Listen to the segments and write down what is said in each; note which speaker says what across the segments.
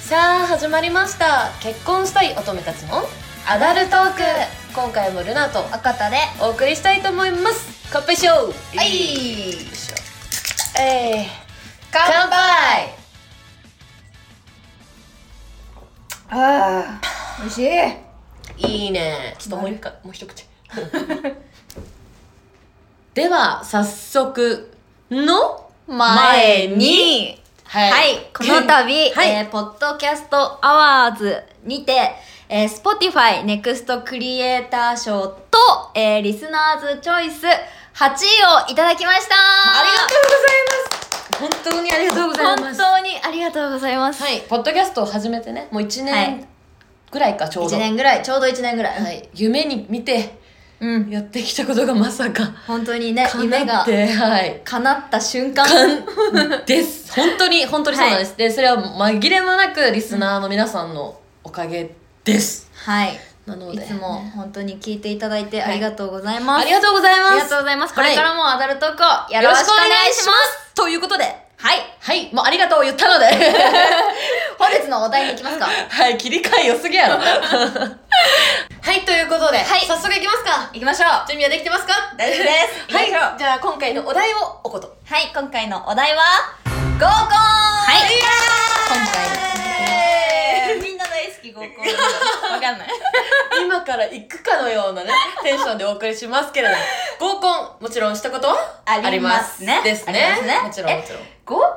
Speaker 1: さあ始まりました結婚したい乙女たちのアダルトーク今回もルナと
Speaker 2: 赤田では
Speaker 1: お送りしたいと思います乾杯しようよ
Speaker 2: い
Speaker 1: いしょえー、
Speaker 2: 乾杯ああ美味しい
Speaker 1: いいねちょっともう一回もう一口 では早速の前には
Speaker 2: はい、この 度、
Speaker 1: はい
Speaker 2: えーポッドキャストアワーズにて、えー、Spotify ネクストクリエイター賞と、えーリスナーズチョイス8位をいただきました
Speaker 1: ありが
Speaker 2: う
Speaker 1: とうございます本当にありがとうございます
Speaker 2: 本当にありがとうございます。
Speaker 1: はいポッドキャストを始めてねもう1
Speaker 2: はい
Speaker 1: 年ぐらいかちょうど、
Speaker 2: 1年ぐらい、ちょうど1年ぐらい。
Speaker 1: はい、夢に見て
Speaker 2: うん。
Speaker 1: やってきたことがまさか
Speaker 2: 本当にね、夢
Speaker 1: 叶っ
Speaker 2: が
Speaker 1: てはい
Speaker 2: 叶った瞬間。
Speaker 1: です 本当に本当にそうなんです、でそれは紛れもなくリスナーの皆さんのおかげです、
Speaker 2: はい。
Speaker 1: なの
Speaker 2: い
Speaker 1: で
Speaker 2: つも
Speaker 1: ね
Speaker 2: 本当に聞いていただいて
Speaker 1: はい
Speaker 2: ありがとうございます。
Speaker 1: ありがとうございます
Speaker 2: ありがとうございます。これからもアダルトークをよ
Speaker 1: よ
Speaker 2: ろ
Speaker 1: ろ
Speaker 2: し
Speaker 1: しく
Speaker 2: く
Speaker 1: お
Speaker 2: お
Speaker 1: 願
Speaker 2: 願
Speaker 1: い
Speaker 2: い
Speaker 1: し
Speaker 2: し
Speaker 1: ま
Speaker 2: ます。
Speaker 1: すということで
Speaker 2: はい。
Speaker 1: はいもうありがとう言ったの で
Speaker 2: 本日のお題に行きますか。
Speaker 1: はい切り替え良すぎやろはいということで、
Speaker 2: はい
Speaker 1: 早速いきますか
Speaker 2: 行きましょう。
Speaker 1: 準備はできてますか
Speaker 2: 大丈夫です
Speaker 1: はい
Speaker 2: 行きましょう
Speaker 1: じゃあ今回のお題をおこと
Speaker 2: はい、今回のお題は、合コンはい。今回ですね。みんな大好き合コン。わかんない。
Speaker 1: 今から行くかのようなね、テンションでお送りしますけれども、合コン、もちろんしたことは
Speaker 2: ありますね
Speaker 1: ありまですね。
Speaker 2: ありますね
Speaker 1: もちろん、
Speaker 2: え
Speaker 1: もちろん。
Speaker 2: 合コンっ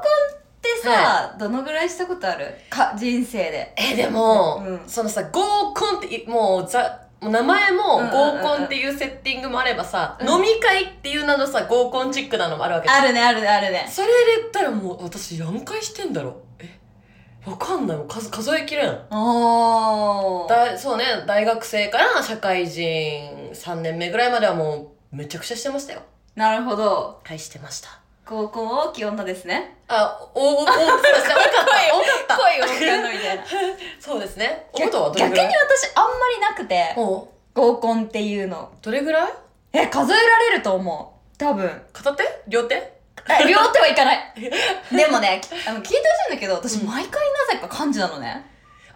Speaker 2: てさ、どのぐらいしたことあるか、人生で。
Speaker 1: え、でも、
Speaker 2: うん
Speaker 1: そのさ、合コンってい、もう、ざ、もう名前も
Speaker 2: うんうんうんう
Speaker 1: 合
Speaker 2: ん
Speaker 1: コンっていうセッティングもあればさ、
Speaker 2: うん
Speaker 1: 飲み会っていう名のさ、合コンチックなのもあるわけじゃん
Speaker 2: あるね、あるね、あるね。
Speaker 1: それで言ったらもう、私何回してんだろうえ、わかんないもう数、数えきれん。
Speaker 2: おー。
Speaker 1: だそうね、大学生から社会人3年目ぐらいまではもう、めちゃくちゃしてましたよ。
Speaker 2: なるほど。
Speaker 1: はい、してました。
Speaker 2: 合コンを気女ですね。
Speaker 1: あ、お、お、お、そうですね。多かった。多かった。
Speaker 2: みたいな。
Speaker 1: そうですね。お
Speaker 2: 逆
Speaker 1: ことはどれ
Speaker 2: に
Speaker 1: ぐら
Speaker 2: 私
Speaker 1: い
Speaker 2: あんまりなくて
Speaker 1: お
Speaker 2: 合コンっていうの
Speaker 1: どれぐらい
Speaker 2: え数えられると思う多分
Speaker 1: 片手両手
Speaker 2: え両手はいかないでもねあの聞いてほしいんだけど私
Speaker 1: うん
Speaker 2: 毎回なぜか漢字なのね、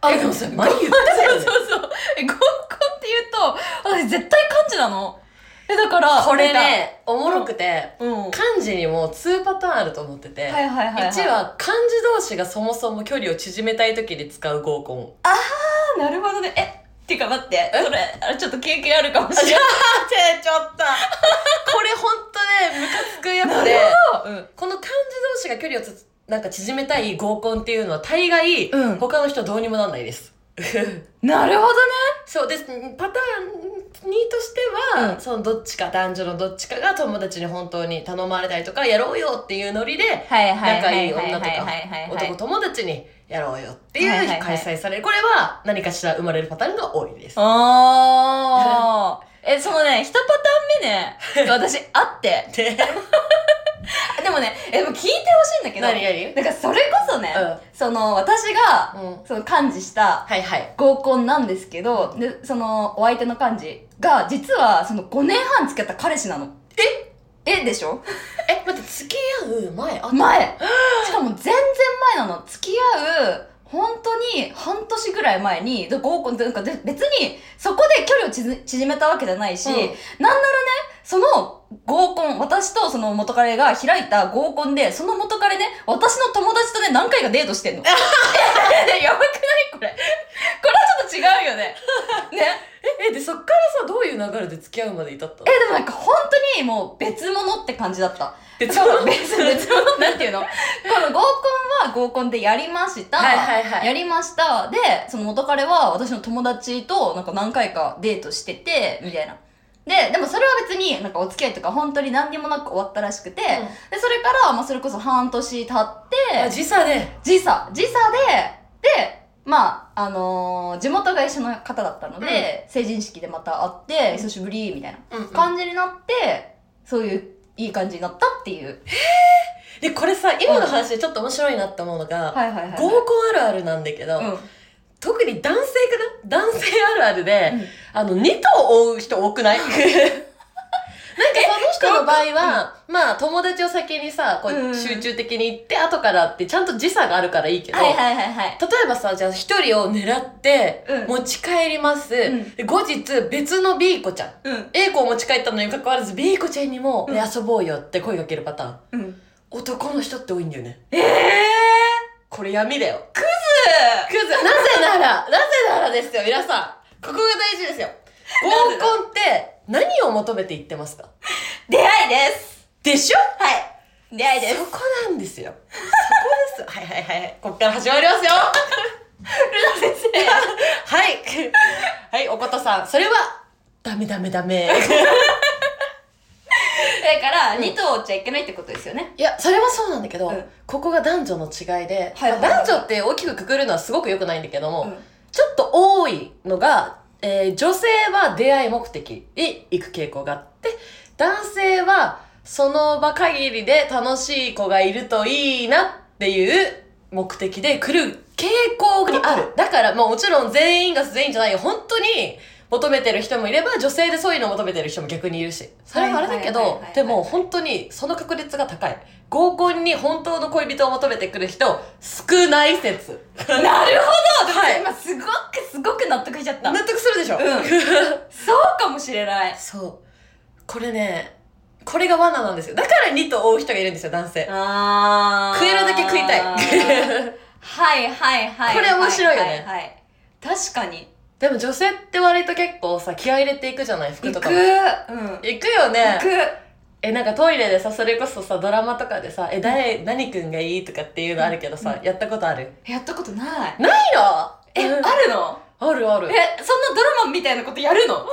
Speaker 1: あ、でもそれ前言ってたよね。
Speaker 2: そうそうえ合コンって言うと私絶対漢字なのえだから
Speaker 1: これね、おもろくて、
Speaker 2: うんはい
Speaker 1: 漢字にも2パターンあると思ってて。
Speaker 2: はいはいはい
Speaker 1: 1は漢字同士がそもそも距離を縮めたい時に使う合コン。
Speaker 2: あなるほどねえってか待ってそれあれちょっと経験あるかも しれない
Speaker 1: てちょっとこれほんとね、ムカつくやつで、
Speaker 2: うん
Speaker 1: この漢字同士が距離をつなんか縮めたい合コンっていうのは大概、
Speaker 2: うん
Speaker 1: 他の人どうにもなんないです。
Speaker 2: なるほどね
Speaker 1: そうですパターンにとしては、
Speaker 2: うん
Speaker 1: そのどっちか男女のどっちかが友達に本当に頼まれたりとかやろうよっていうノリで
Speaker 2: はいはいは
Speaker 1: 仲い
Speaker 2: い
Speaker 1: い
Speaker 2: はい
Speaker 1: 女
Speaker 2: は
Speaker 1: とか
Speaker 2: いはいはいはい
Speaker 1: 男友達にやろうよって
Speaker 2: はいいうはいは
Speaker 1: 開
Speaker 2: い
Speaker 1: 催されるこれは何かしら生まれるパターンが多いです。
Speaker 2: あー。え、そのね、一 パターン目ね、私、あって。
Speaker 1: で
Speaker 2: でもね、え、もう聞いてほしいんだけど。
Speaker 1: 何々
Speaker 2: なんか、それこそね、
Speaker 1: うん
Speaker 2: その、私が、
Speaker 1: うん
Speaker 2: その、漢字した
Speaker 1: はいはい。
Speaker 2: 合コンなんですけど、で、その、お相手の漢字が、実は、その、5年半付き合った彼氏なの。
Speaker 1: え
Speaker 2: えでしょ
Speaker 1: え待って付き合う前あ
Speaker 2: 前しかも全然前なの。付き合う、本当に半年ぐらい前に、で合コン、なんかで別に、そこで距離を縮縮めたわけじゃないし、
Speaker 1: うん
Speaker 2: なんならね、その合コン、私とその元彼が開いた合コンで、その元彼ね、私の友達とね、何回かデー トしてんの。えやばくないこれ。これはちょっと違うよね。ね。
Speaker 1: ええでそっからさどういう流れで付き合うまで至ったの
Speaker 2: え、でもなんか本当にもう別物って感じだった。
Speaker 1: で
Speaker 2: そう別 別物なんていうのこの合コンは合コンでやりました。
Speaker 1: はいはいはい
Speaker 2: やりました。で、その元彼は私の友達となんか何回かデートしてて、みたいな。で、でもそれは別になんかお付き合いとか本当に何にもなく終わったらしくて、で、それから、まあそれこそ半年経
Speaker 1: あ
Speaker 2: って、
Speaker 1: 時差で
Speaker 2: 時差、時差で、で、まあ、あのー地元が一緒の方だったので、成人式でまた会って、久しぶり、みたいな感じになって、そういういい感じになったっていう。
Speaker 1: でこれさ今の話でちょっと面白いなって思うのが、
Speaker 2: はいはいはいはい。
Speaker 1: 合コンあるあるなんだけど、
Speaker 2: うん。
Speaker 1: 特に男性かな男性あるあるで、
Speaker 2: うん
Speaker 1: あの、2頭追う人多くないなんその人の場合は、まあ友達を先にさ、こ
Speaker 2: うんうん
Speaker 1: う
Speaker 2: う
Speaker 1: ん集中的に行って、後からってちゃんと時差があるからいいけど、
Speaker 2: はいはいはいはい。
Speaker 1: 例えばさ、じゃあ一人を狙って
Speaker 2: うん、
Speaker 1: 持ち帰ります。
Speaker 2: ん
Speaker 1: で後日、別の B 子ちゃん。
Speaker 2: うん。
Speaker 1: A 子を持ち帰ったのに関わらず、B 子ちゃんにも、
Speaker 2: うん
Speaker 1: え遊ぼうよって声かけるパターン。
Speaker 2: うん。
Speaker 1: 男の人って多いんだよね。
Speaker 2: ええ
Speaker 1: これ闇だよ。
Speaker 2: ー、
Speaker 1: クズ、なぜなら、なぜならですよ、皆さん。ここが大事ですよ。合コンって何を求めて言ってますか
Speaker 2: 出会いです。
Speaker 1: でしょ
Speaker 2: はい。出会いです。
Speaker 1: そこなんですよ。そこです。はいはいはいはい。こっから始まりますよ。
Speaker 2: ルナ先生。
Speaker 1: はい。はい、おことさん。それは、ダメダメダ メ。
Speaker 2: だから、
Speaker 1: うん
Speaker 2: 二頭追っちゃいけないってことですよね。
Speaker 1: いや、それはそうなんだけど、
Speaker 2: うん
Speaker 1: ここが男女の違いで、
Speaker 2: はいはい
Speaker 1: ま
Speaker 2: はい
Speaker 1: あ男女って大きくくくるのはすごく良くないんだけども、
Speaker 2: うん
Speaker 1: ちょっと多いのが、えー女性は出会い目的に行く傾向があって、男性はその場限りで楽しい子がいるといいなっていう目的で来る傾向にある。だから、まあもちろん全員が全員じゃないよ。本当に求めてる人もいれば、女性でそういうのを求めてる人も逆にいるし。それはあれだけ
Speaker 2: はいは
Speaker 1: ど
Speaker 2: いはいはい、
Speaker 1: でも本当にその確率が高い。合コンに本当の恋人を求めてくる人、少ない説。
Speaker 2: なるほどでも
Speaker 1: はい
Speaker 2: 今すごくすごく納得しちゃった
Speaker 1: 納。得するでしょ
Speaker 2: うんそうかもしれない。
Speaker 1: そう。これね、これが罠なんですよ。だから2と追う人がいるんですよ、男性。
Speaker 2: あ
Speaker 1: 食えるだけ食いたい。
Speaker 2: はいはいは い。
Speaker 1: これ面白いよね
Speaker 2: はははい。確かに。
Speaker 1: でも女性って割と結構さ、気合い入れていくじゃない服
Speaker 2: 行
Speaker 1: と
Speaker 2: く。
Speaker 1: か
Speaker 2: う
Speaker 1: も。
Speaker 2: ん。
Speaker 1: 行くよね
Speaker 2: 行。く。
Speaker 1: え、なんかトイレでさ、それこそさ、ドラマとかでさ、え、誰、何くんがいいとかっていうのあるけどさ、やったことある
Speaker 2: やったことない。
Speaker 1: ないの
Speaker 2: え、
Speaker 1: う
Speaker 2: あ
Speaker 1: ん
Speaker 2: るの
Speaker 1: あるある。
Speaker 2: え、そんなドラマみたいなことやるの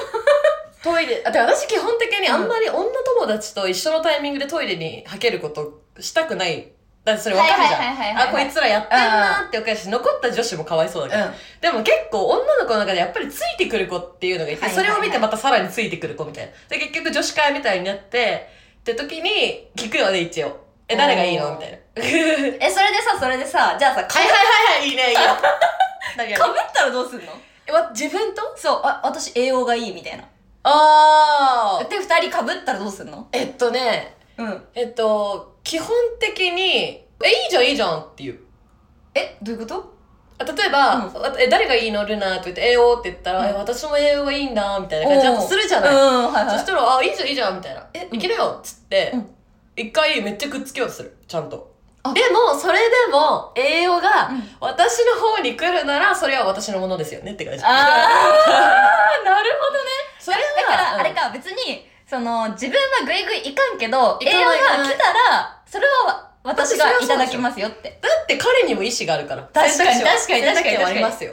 Speaker 1: トイレ、あ、で私基本的にあんまり女友達と一緒のタイミングでトイレにはけることしたくない。だってそれわかるじ
Speaker 2: はいはいはい
Speaker 1: ゃん。
Speaker 2: はい
Speaker 1: あ、
Speaker 2: はい
Speaker 1: こいつらやってんなーっておかしいし、残った女子もかわいそうだけど。でも結構女の子の中でやっぱりついてくる子っていうのがいて、
Speaker 2: はいはいはい
Speaker 1: それを見てまたさらについてくる子みたいな。で、結局女子会みたいになって、って時に聞くよね、一応。え、誰がいいのみたいな。はい
Speaker 2: え、それでさ、それでさ、じゃあさ、か
Speaker 1: はいはいはい、いいね、いいよ。何や
Speaker 2: かぶったらどうすんの
Speaker 1: えわ自分と
Speaker 2: そう、あ、私栄養がいいみたいな。
Speaker 1: あー。
Speaker 2: で、二人かぶったらどうすんの
Speaker 1: えっとね、
Speaker 2: うん。
Speaker 1: えっと、基本的に、え、いいじゃん、いいじゃんっていう。
Speaker 2: え、どういうこと
Speaker 1: あ例えば、
Speaker 2: うん
Speaker 1: あえ、誰がいいのルナって言って、栄養って言ったら、
Speaker 2: うん
Speaker 1: え、私も栄養がいいんだ、みたいな感じだとするじゃない。
Speaker 2: うん、はい は
Speaker 1: そし
Speaker 2: い。
Speaker 1: たら、あ、いいじゃん、いいじゃん、みたいな。
Speaker 2: え
Speaker 1: いけるよ、っつって
Speaker 2: うん、
Speaker 1: 一、回めっちゃくっつけようとする、ちゃんと。
Speaker 2: あ
Speaker 1: でも、それでも、栄養が
Speaker 2: うん、
Speaker 1: 私の方に来るなら、それは私のものですよねって感じ。
Speaker 2: あー、なるほどね。
Speaker 1: それは、
Speaker 2: だから、
Speaker 1: うん
Speaker 2: あれか、別に、その、自分はぐいぐいいかんけど、
Speaker 1: い
Speaker 2: 栄
Speaker 1: か
Speaker 2: 養
Speaker 1: ない
Speaker 2: が来たら、それは私がいただきますよって。
Speaker 1: だって彼にも意思があるから。
Speaker 2: かに
Speaker 1: 選択肢は
Speaker 2: 確かに
Speaker 1: 選択肢
Speaker 2: 確
Speaker 1: は
Speaker 2: か
Speaker 1: あ
Speaker 2: に
Speaker 1: りますよ。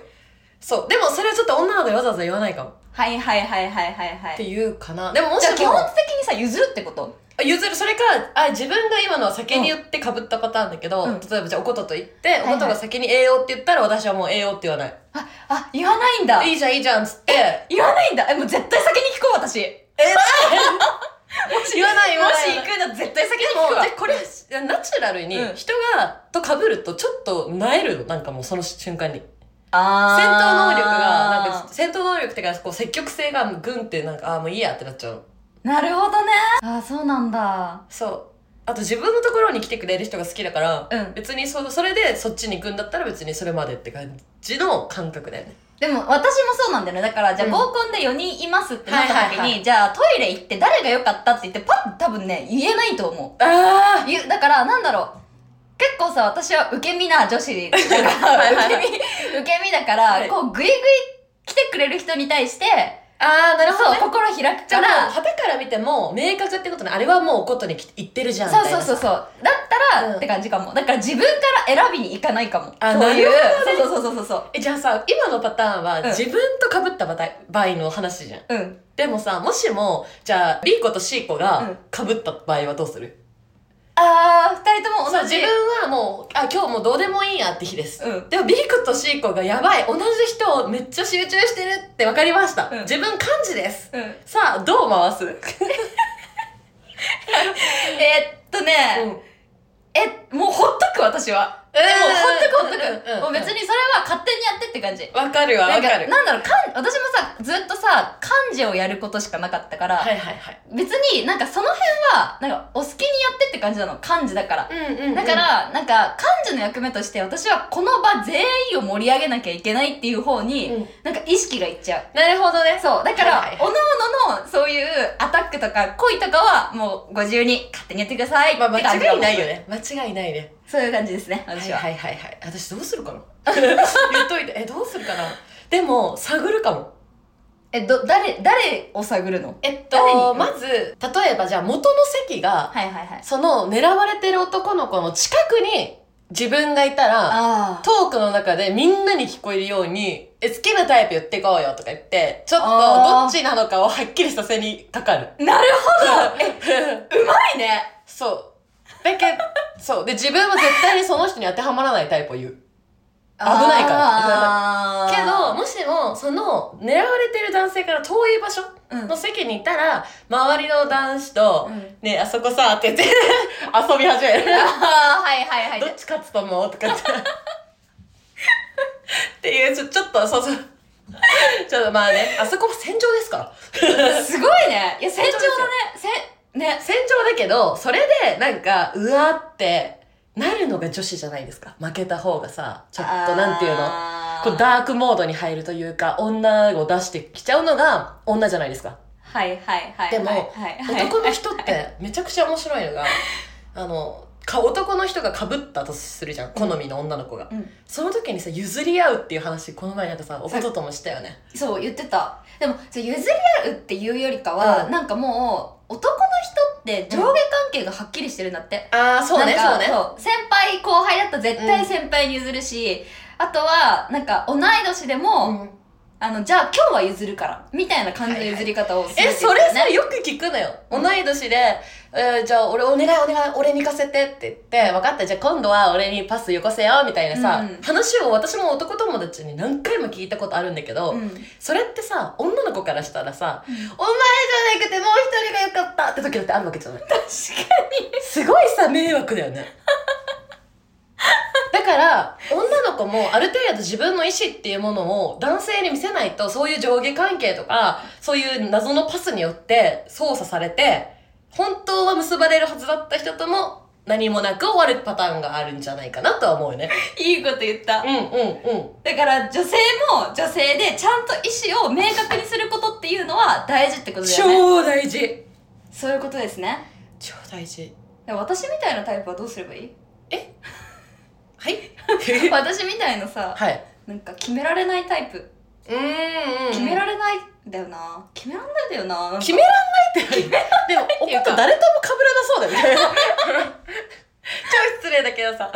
Speaker 1: そう。でも、それはちょっと女の子でわざわざ言わないかも。
Speaker 2: はいはいはいはいはいは
Speaker 1: って
Speaker 2: い。
Speaker 1: いうかな。でも、も
Speaker 2: じ
Speaker 1: し
Speaker 2: ゃあ
Speaker 1: も、
Speaker 2: 基本的にさ、譲るってこと
Speaker 1: あ譲るそれかあ自分が今のは先に言ってかぶったパターンだけど、
Speaker 2: うん
Speaker 1: 例えばじゃあおことと言って、
Speaker 2: いはい
Speaker 1: おことが先に栄養って言ったら私はもう栄養って言わない、
Speaker 2: あ、あ、言わないんだ。
Speaker 1: いいじゃんいいじゃんっつって
Speaker 2: 言わないんだ。え、もう絶対先に聞こう、私。
Speaker 1: え言わない言わ
Speaker 2: も
Speaker 1: な
Speaker 2: し
Speaker 1: い
Speaker 2: 行くんだ、絶対先に
Speaker 1: で
Speaker 2: 聞く
Speaker 1: も
Speaker 2: わ。
Speaker 1: でこれナチュラルに
Speaker 2: うん
Speaker 1: 人がとかぶるとちょっとなえるのなんかもうその瞬間に
Speaker 2: あ
Speaker 1: 戦闘能力がなんか戦闘能力っていうかこう積極性がグンってなんかあーもういいやってなっちゃうの
Speaker 2: なるほどね。あー、そうなんだ。
Speaker 1: そうあと自分のところに来てくれる人が好きだから、
Speaker 2: うん
Speaker 1: 別にそそれでそっちに行くんだったら別にそれまでって感じの感覚だよね
Speaker 2: でも、私もそうなんだよね。だから、じゃあ
Speaker 1: うん
Speaker 2: 合コンで4人いますってなった時に、
Speaker 1: はいはいは
Speaker 2: じゃあトイレ行って誰が良かったって言って、パッと多分ね、言えないと思
Speaker 1: あ
Speaker 2: う。言う、だから、なんだろう。結構さ、私は受け身な女子だか
Speaker 1: はい
Speaker 2: ら、
Speaker 1: はい
Speaker 2: 受
Speaker 1: はい
Speaker 2: け身、受け身だから、
Speaker 1: はい
Speaker 2: こう、ぐいぐい来てくれる人に対して、
Speaker 1: あーなるほど、
Speaker 2: そう、
Speaker 1: ね、
Speaker 2: 心開く
Speaker 1: じゃ
Speaker 2: か
Speaker 1: あ
Speaker 2: ら
Speaker 1: もう、旗から見ても明確ってことねあれはもうことに来行ってるじゃんみた
Speaker 2: そ
Speaker 1: いうな
Speaker 2: そうそうそう
Speaker 1: う
Speaker 2: だったら、
Speaker 1: うん
Speaker 2: って感じかもだから自分から選びに行かないかも
Speaker 1: あ
Speaker 2: そういう
Speaker 1: なる
Speaker 2: そうそうそうそうそう
Speaker 1: えじゃあさ今のパターンは
Speaker 2: ん
Speaker 1: 自分とかぶった場合場合の話じゃん
Speaker 2: うん
Speaker 1: でもさもしもじゃあ B 子と C 子
Speaker 2: う
Speaker 1: が
Speaker 2: ん
Speaker 1: かぶった場合はどうする、
Speaker 2: ああ二人とも
Speaker 1: そう
Speaker 2: 同
Speaker 1: 自
Speaker 2: じ
Speaker 1: 分はもうあ今日もうどうでもいいやって日です、
Speaker 2: うん
Speaker 1: でも B 子と C 子がやばい同じ人をめっちゃ集中してるって分かりました、
Speaker 2: うん
Speaker 1: 自分漢字です
Speaker 2: うん、
Speaker 1: さあどう回す、
Speaker 2: えーっとね、えもうほっとく私は、
Speaker 1: え
Speaker 2: でもほっとくほっとく、
Speaker 1: うんうん
Speaker 2: もう別にそれは勝手にやってってって感じ。
Speaker 1: わかるわ、
Speaker 2: な
Speaker 1: わ
Speaker 2: んか
Speaker 1: かる。
Speaker 2: なんだろう、漢私もさ、ずっとさ、漢字をやることしかなかったから、
Speaker 1: はいはいはい。
Speaker 2: 別になんかその辺は、なんかお好きにやってって感じなの、漢字だから。
Speaker 1: うん
Speaker 2: だか、ら、なんか、漢字の役目として私はこの場全員を盛り上げなきゃいけないっていう方に、
Speaker 1: うん
Speaker 2: なんか意識がいっちゃう。
Speaker 1: なるほどね。
Speaker 2: そう。だから、
Speaker 1: はいはい
Speaker 2: 各
Speaker 1: は
Speaker 2: 々のそういうアタックとか恋とかは、もうご自由に勝手にやってくださいって
Speaker 1: まあ、
Speaker 2: 感じ
Speaker 1: 間
Speaker 2: が
Speaker 1: 違いないよ。ね。間違いないね。
Speaker 2: そういう感じですね、
Speaker 1: はい
Speaker 2: 私は。
Speaker 1: はいはいはい。私どうするかな 言っといて。え、どうするかなでも、探るかも。
Speaker 2: え、ど、誰、誰を探るの
Speaker 1: えっ
Speaker 2: 誰に
Speaker 1: と、まず、例えばじゃあ元の席が、
Speaker 2: はいはいはい。
Speaker 1: その狙われてる男の子の近くに自分がいたら、
Speaker 2: あ
Speaker 1: トークの中でみんなに聞こえるように、え、好きなタイプ言ってこうよとか言って、ちょっと
Speaker 2: あー
Speaker 1: どっちなのかをはっきりさせにかかる。
Speaker 2: あ。なるほどえ、うまいね
Speaker 1: そう。だけど、そう。で、自分は絶対にその人に当てはまらないタイプを言う。
Speaker 2: 危
Speaker 1: ないから
Speaker 2: ら
Speaker 1: けど、もしも、その、狙われてる男性から遠い場所
Speaker 2: うん
Speaker 1: の席にいたら、周りの男子と、
Speaker 2: うん
Speaker 1: ねえあそこさ、って言 って、遊び始める。
Speaker 2: あー はいはいはい。
Speaker 1: どっち勝つと思うとかって。っていう、ちょ、ちょっと、そうそう。ちょっとまあね、あそこは戦場ですから。
Speaker 2: すごいね。いや、成長だね。せ、ね。
Speaker 1: 戦場だけど、それで、なんか、うわって、なるのが女子じゃないですか。負けた方がさ、ちょっと、なんていうの
Speaker 2: あー
Speaker 1: こうダークモードに入るというか、女を出してきちゃうのが女じゃないですか。
Speaker 2: はいはいはい。
Speaker 1: でも
Speaker 2: はいはいはい
Speaker 1: 男の人ってめちゃくちゃ面白い のが、あの、か男の人が被ったとするじゃん。好みの女の子が。
Speaker 2: うん
Speaker 1: その時にさ、譲り合うっていう話、この前なんかさ、おことともしたよね。
Speaker 2: そう、言ってた。でも、そう譲り合うっていうよりかは、
Speaker 1: うん
Speaker 2: なんかもう、男の人って上下関係がはっきりしてるんだって。
Speaker 1: ああ、そうね、
Speaker 2: な
Speaker 1: そうん
Speaker 2: か
Speaker 1: ね。
Speaker 2: そう先輩後輩だったら絶対先輩に譲るし、あとは、なんか同い年でも、
Speaker 1: うん
Speaker 2: あの、じゃあ今日は譲るから、みたいな感じの譲り方をす
Speaker 1: え、
Speaker 2: るって言
Speaker 1: そ
Speaker 2: って
Speaker 1: れ
Speaker 2: たよね
Speaker 1: さ、よく聞くのよ。同い年で、えーじゃあ俺お願いお願い、俺に行かせてって言って、分かった、じゃあ今度は俺にパスよこせよ、みたいなさ、
Speaker 2: うん
Speaker 1: 話を私も男友達に何回も聞いたことあるんだけど、
Speaker 2: うん
Speaker 1: それってさ、女の子からしたらさ、
Speaker 2: うん
Speaker 1: お前じゃなくてもう一人がよかったって時だってあるわけじゃない。
Speaker 2: 確か
Speaker 1: すごいさ、迷惑だよ ね。だから、女の子もある程度自分の意思っていうものを男性に見せないと、そういう上下関係とか、そういう謎のパスによって操作されて、本当は結ばれるはずだった人とも何もなく終わるパターンがあるんじゃないかなとは思う ね。
Speaker 2: に。いいこと言った
Speaker 1: うん。うんうん。
Speaker 2: だから女性も女性でちゃんと意思を明確にすることっていうのは大事ってことだよね。
Speaker 1: 超大事。
Speaker 2: そういうことですね。
Speaker 1: 超大事。
Speaker 2: でも私みたいなタイプはどうすればいい
Speaker 1: はい
Speaker 2: 私みたいなさ、
Speaker 1: はい。
Speaker 2: なんか決められないタイプ。
Speaker 1: うーん。
Speaker 2: 決められないんだよな。決められないんだよな。なんか
Speaker 1: 決めらんないってでも、お
Speaker 2: ていう
Speaker 1: こ
Speaker 2: か
Speaker 1: と誰とも被らなそう だよね。超失礼だけどさ。
Speaker 2: か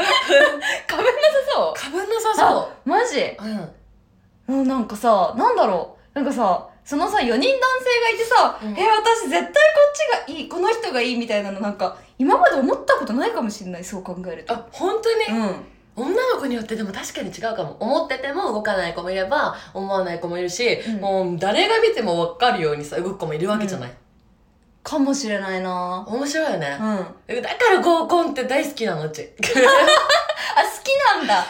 Speaker 2: ぶんなさそう。
Speaker 1: 被んなさ
Speaker 2: あ、マジ
Speaker 1: う。うん。
Speaker 2: うんなんかさ、なんだろう。なんかさ、そのさ、4人男性がいてさ、
Speaker 1: うん
Speaker 2: え、私絶対こっちがいい、この人がいいみたいなのなんか、今まで思ったことないかもしれない、そう考えると。
Speaker 1: あ、本当に、
Speaker 2: うん。
Speaker 1: 女の子によってでも確かに違うかも。思ってても動かない子もいれば、思わない子もいるし、
Speaker 2: うん
Speaker 1: もう誰が見ても分かるようにさ、動く子もいるわけじゃない。
Speaker 2: かもしれないな
Speaker 1: 面白いよ
Speaker 2: うん。
Speaker 1: ね。
Speaker 2: あ、
Speaker 1: だ
Speaker 2: 好
Speaker 1: から合コンって大好きなの、うち。
Speaker 2: きなんだ。好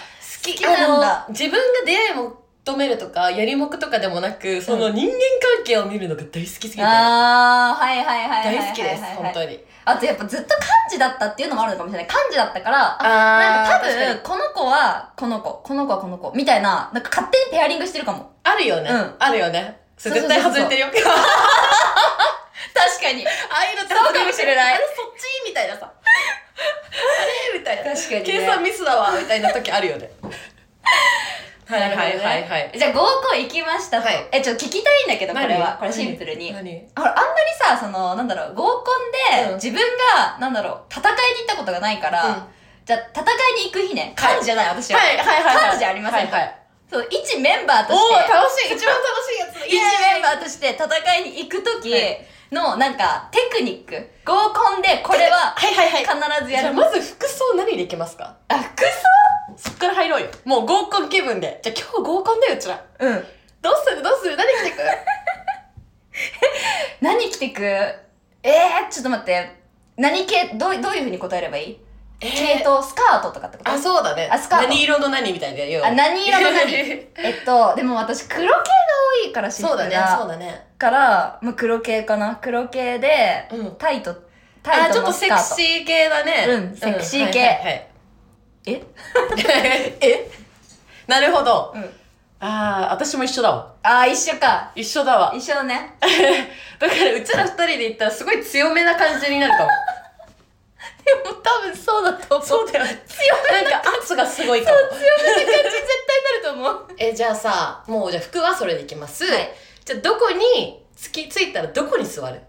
Speaker 2: きなんだ
Speaker 1: あ。の自分が出会い求めるとか、やりもくとかでもなく、その人間関係を見るのが大好きすぎて。
Speaker 2: あー、はいはいはいはいはいはい、はい。
Speaker 1: 大好きです、本当に。
Speaker 2: あとやっぱずっと漢字だったっていうのもあるのかもしれない。漢字だったから、あなん
Speaker 1: あ
Speaker 2: か多分、この子はこの子、この子はこの子、みたいな、なんか勝手にペアリングしてるかも。
Speaker 1: あるよね、
Speaker 2: うん
Speaker 1: あるよね。それ
Speaker 2: そう
Speaker 1: 絶
Speaker 2: そう
Speaker 1: 対
Speaker 2: そうそ
Speaker 1: 外
Speaker 2: う
Speaker 1: れてるよ。あ
Speaker 2: 確
Speaker 1: あ
Speaker 2: かに。
Speaker 1: いうのって
Speaker 2: そうかもしれない
Speaker 1: あれそっちみたいなさ。あれみたいな。
Speaker 2: 確かにね
Speaker 1: 計算ミスだわ、みたいな時あるよね。はいはいはいは
Speaker 2: なるほどね
Speaker 1: い。
Speaker 2: じゃあ合コン行きましたと、
Speaker 1: はい
Speaker 2: え、ちょ、聞きたいんだけど、これ
Speaker 1: 何
Speaker 2: は。これシンプルに。
Speaker 1: 何何
Speaker 2: ほら、あんまりさ、その、なんだろう、合コン
Speaker 1: うん
Speaker 2: で、自分が、なんだろう、戦いに行ったことがないから、
Speaker 1: うん
Speaker 2: じゃあ、戦いに行く日ね。
Speaker 1: はい
Speaker 2: 漢字じゃない、私は。
Speaker 1: はいはいはい。
Speaker 2: 彼女ありませんか
Speaker 1: はいはい。
Speaker 2: そう、一メンバーと
Speaker 1: おお
Speaker 2: し
Speaker 1: ー、
Speaker 2: て、
Speaker 1: 楽し い一番楽しいやつ
Speaker 2: 一メン
Speaker 1: バ
Speaker 2: バーとして戦いに行くとき
Speaker 1: はい
Speaker 2: の、なんか、テクニック。合コンで、これは、
Speaker 1: はいはいはい。
Speaker 2: 必ず
Speaker 1: じ
Speaker 2: や
Speaker 1: ゃあ
Speaker 2: る。
Speaker 1: まず服装何でいきますか
Speaker 2: あ、服
Speaker 1: そっから入ろうよ。もう合コン気分で。じゃあ今日合コンだよ、うちら。
Speaker 2: 装うん。
Speaker 1: どうするどうする何着てく
Speaker 2: 何着てくえー、ちょっと待って。何系、どう、どういうふうに答えればいい
Speaker 1: えー
Speaker 2: 系統、スカートとかってこと
Speaker 1: あ、そうだね。
Speaker 2: あスカート
Speaker 1: 何色の何みたいな。要は
Speaker 2: あ何色 の何え
Speaker 1: そ
Speaker 2: っと、でも私黒系が多いから私服が。
Speaker 1: うだね、 そうだね。
Speaker 2: から、まあ、黒系かな。黒系で、
Speaker 1: うん。
Speaker 2: タイト、タ
Speaker 1: あ、
Speaker 2: イ
Speaker 1: ち
Speaker 2: ト
Speaker 1: ょっと
Speaker 2: のス
Speaker 1: セ
Speaker 2: カ
Speaker 1: ク
Speaker 2: ート。
Speaker 1: シー系だね。
Speaker 2: うんセクシー系
Speaker 1: はいはい
Speaker 2: え
Speaker 1: はい、 えなるほど。
Speaker 2: うん。
Speaker 1: ああ、私も一緒だわ。
Speaker 2: あー、一緒か。
Speaker 1: 一緒だわ。
Speaker 2: 一緒 だね。
Speaker 1: だから、うちら二人で行ったらすごい強めな感じになるかも。
Speaker 2: でも多分 そうだと思う。
Speaker 1: そうだよ。
Speaker 2: 強め
Speaker 1: なんか圧がすごいかも。
Speaker 2: な感じ絶対になると思う。
Speaker 1: え、じゃあさ、もうじゃあ服はそれで行きます。
Speaker 2: はい
Speaker 1: じゃあどこに、つきついたらどこに座る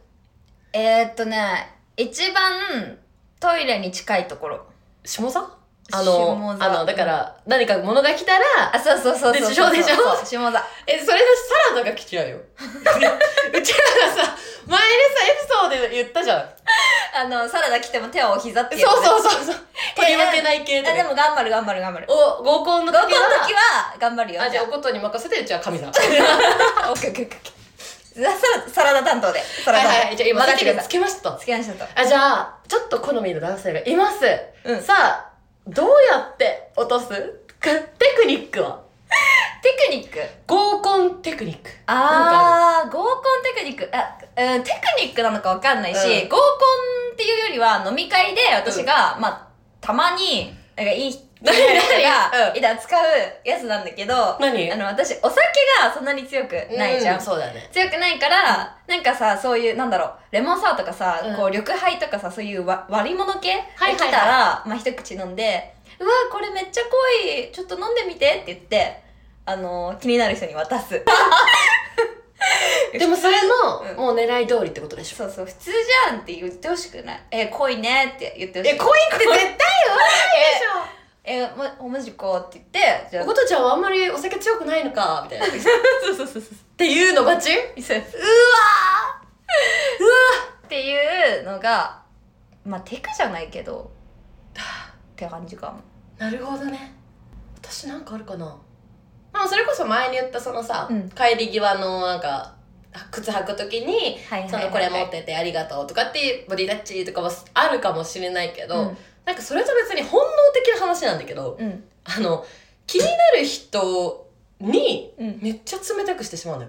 Speaker 2: えー、っとね、一番トイレに近いところ。
Speaker 1: 下座あの
Speaker 2: 下、座
Speaker 1: あの、だから、何か物が来たら、
Speaker 2: あ、そうそうそうそう。
Speaker 1: でしょでしょ
Speaker 2: そう下座。
Speaker 1: え、それでサラダが来ち ゃうよ。うちらがさ、前にさ、エピソードで言ったじゃん。
Speaker 2: あの、サラダ来ても手を膝って
Speaker 1: そう
Speaker 2: いうね、
Speaker 1: そうそうそう。取り分けない系
Speaker 2: あ、
Speaker 1: とか
Speaker 2: でも頑張る頑張る頑張る。
Speaker 1: お、合コンの
Speaker 2: 合
Speaker 1: 時
Speaker 2: コ
Speaker 1: は
Speaker 2: ンの時は頑張るよ。
Speaker 1: あ、じゃあ、お
Speaker 2: オッ
Speaker 1: ことに任せて、うちは神 様。
Speaker 2: ケーオッケーオッケー。サラサラダ担当で。サラダ
Speaker 1: はいはい。じゃあ、今、
Speaker 2: 任せ
Speaker 1: 席
Speaker 2: て
Speaker 1: が
Speaker 2: くだ
Speaker 1: つ
Speaker 2: さ
Speaker 1: けました
Speaker 2: い。。付き合いましたと。
Speaker 1: あ、じゃあ、ちょっと好みの男性がいます。
Speaker 2: うん
Speaker 1: さあ、どうやって落とすくテクニックは
Speaker 2: テクニック。
Speaker 1: 合コンテクニック。
Speaker 2: あー、合コンテクニック。あ、うん、テクニックなのかわかんないし、
Speaker 1: うん
Speaker 2: 合コンっていうよりは飲み会で私が、まあ、たまに、なんかいい人が、
Speaker 1: 何何うん
Speaker 2: いや、使うやつなんだけど、あ
Speaker 1: 何
Speaker 2: の、私、お酒がそんなに強くないじゃん。
Speaker 1: そうだね。
Speaker 2: 強くないから、なんかさ、そういう、なんだろう、レモンサワーとかさ、
Speaker 1: うん
Speaker 2: こう、緑ハイとかさ、そういうわ割り物系
Speaker 1: はいはいはい
Speaker 2: 来たら、まあ、一口飲んで、うわこれめっちゃ濃い、ちょっと飲んでみてって言って、あのー気になる人に渡す。
Speaker 1: でも、それの、
Speaker 2: うん
Speaker 1: もう狙い通りってことでしょ
Speaker 2: そうそう、普通じゃんって言ってほしくない。え、濃いねって言ってほし
Speaker 1: え、
Speaker 2: い。
Speaker 1: コインって絶対言わないでしょ
Speaker 2: え、ま、マジかって言って、じゃ あ
Speaker 1: お。ことちゃんはあんまりお酒強くないのかみたい な。っ
Speaker 2: そうそうそうそう。
Speaker 1: ていうのがち
Speaker 2: うわーうわっていうのが、まあ、テクじゃないけど、って感じかも。
Speaker 1: なるほどね。私なんかあるかなまあそれこそ前に言ったそのさ、
Speaker 2: うん
Speaker 1: 帰り際のなんか、あ靴履くときに、
Speaker 2: はいはい
Speaker 1: そ
Speaker 2: はい、
Speaker 1: のこれ持っててありがとうとかっていうボディタッチとかはあるかもしれないけど、
Speaker 2: うん
Speaker 1: なんかそれと別に本能的な話なんだけど、
Speaker 2: うん
Speaker 1: あの、気になる人に
Speaker 2: うん
Speaker 1: めっちゃ冷たくしてしまうのよ。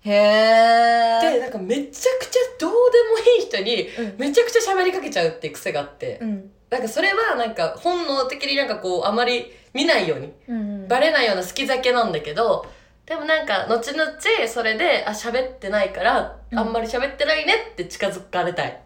Speaker 2: へえ
Speaker 1: で、なんかめちゃくちゃどうでもいい人に
Speaker 2: うん
Speaker 1: めちゃくちゃ喋りかけちゃうっていう癖があって、
Speaker 2: うん
Speaker 1: なんかそれはなんか本能的になんかこうあまり見ないように、
Speaker 2: うん
Speaker 1: バレないような好き酒なんだけど、でもなんか後々それで、あ、喋ってないから、
Speaker 2: うん
Speaker 1: あんまり喋ってないねって近づかれたい。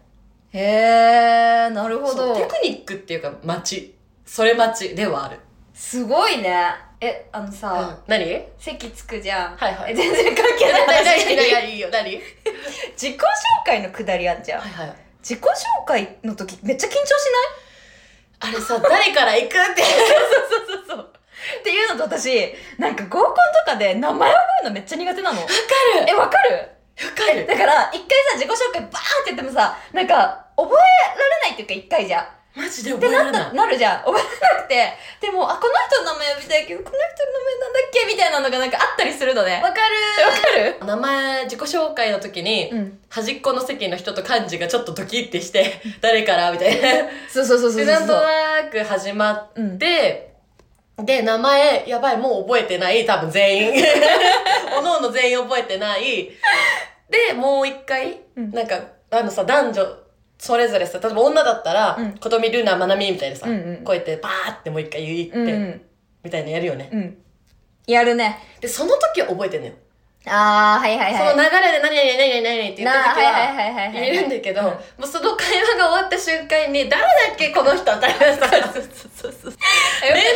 Speaker 2: へえなるほ
Speaker 1: そう
Speaker 2: ど
Speaker 1: テクニックっていうか街。それ街ではある。
Speaker 2: すごいねえあの
Speaker 1: う
Speaker 2: さ、
Speaker 1: ん何はい
Speaker 2: 席つくじゃん、
Speaker 1: は
Speaker 2: え
Speaker 1: い。
Speaker 2: 全然関係ない
Speaker 1: 何何
Speaker 2: 話
Speaker 1: 何
Speaker 2: 自
Speaker 1: 何いいよ、何 はい
Speaker 2: 己紹介のくだりあんじゃん
Speaker 1: はい。
Speaker 2: 自己紹介の時めっちゃ緊張しない
Speaker 1: あれさ、誰から行くって。
Speaker 2: そうそうそうそうっていうのと私なんか合コンとかで名前覚えるのめっちゃ苦 手なのわか
Speaker 1: る
Speaker 2: えわかる
Speaker 1: 深い。
Speaker 2: だから一回さ自己紹介バーンって言ってもさなんか覚えられないっていうか一回じゃん
Speaker 1: マジで
Speaker 2: っ
Speaker 1: 覚
Speaker 2: て
Speaker 1: えら
Speaker 2: な
Speaker 1: れ
Speaker 2: っ
Speaker 1: な
Speaker 2: た
Speaker 1: い。
Speaker 2: なるじゃん覚えられなくてでもあこの人の名前呼びたいけどこの人の名前なんだっけみたいなのがなんかあったりするのね
Speaker 1: わ
Speaker 2: わ
Speaker 1: か
Speaker 2: かる
Speaker 1: る名前、自己紹介の時に、
Speaker 2: うん
Speaker 1: 端っこの席の人と漢字がちょっとドキッてして、誰からみたいな。
Speaker 2: そうそうそうそう
Speaker 1: で、
Speaker 2: そ
Speaker 1: な
Speaker 2: う
Speaker 1: んとなく始まっ
Speaker 2: うん
Speaker 1: で、で、名前、やばい、もう覚えてない、多分全 員。おのおの全員覚えてない。で、もう一回、
Speaker 2: うん
Speaker 1: なんか、あのさ、男女、それぞれさ、例えば女だったら、
Speaker 2: うん
Speaker 1: ことみるな、まなみみたいなさ、
Speaker 2: うんうん
Speaker 1: こうやってバーってもう一回言って、
Speaker 2: うんうん
Speaker 1: みたいなやるよね。
Speaker 2: うんやるね
Speaker 1: で、その時は覚えてんのよ。
Speaker 2: あーはいはいはい
Speaker 1: その流れで何々何々何々って言った
Speaker 2: なあ
Speaker 1: 時
Speaker 2: はいはい
Speaker 1: は、
Speaker 2: はいはいはい
Speaker 1: 言えるんだけど、
Speaker 2: うん
Speaker 1: もうその会話が終わった瞬間に、誰だっけこの人みたいなさ、目の前にい
Speaker 2: 目の
Speaker 1: る
Speaker 2: 私だけじゃない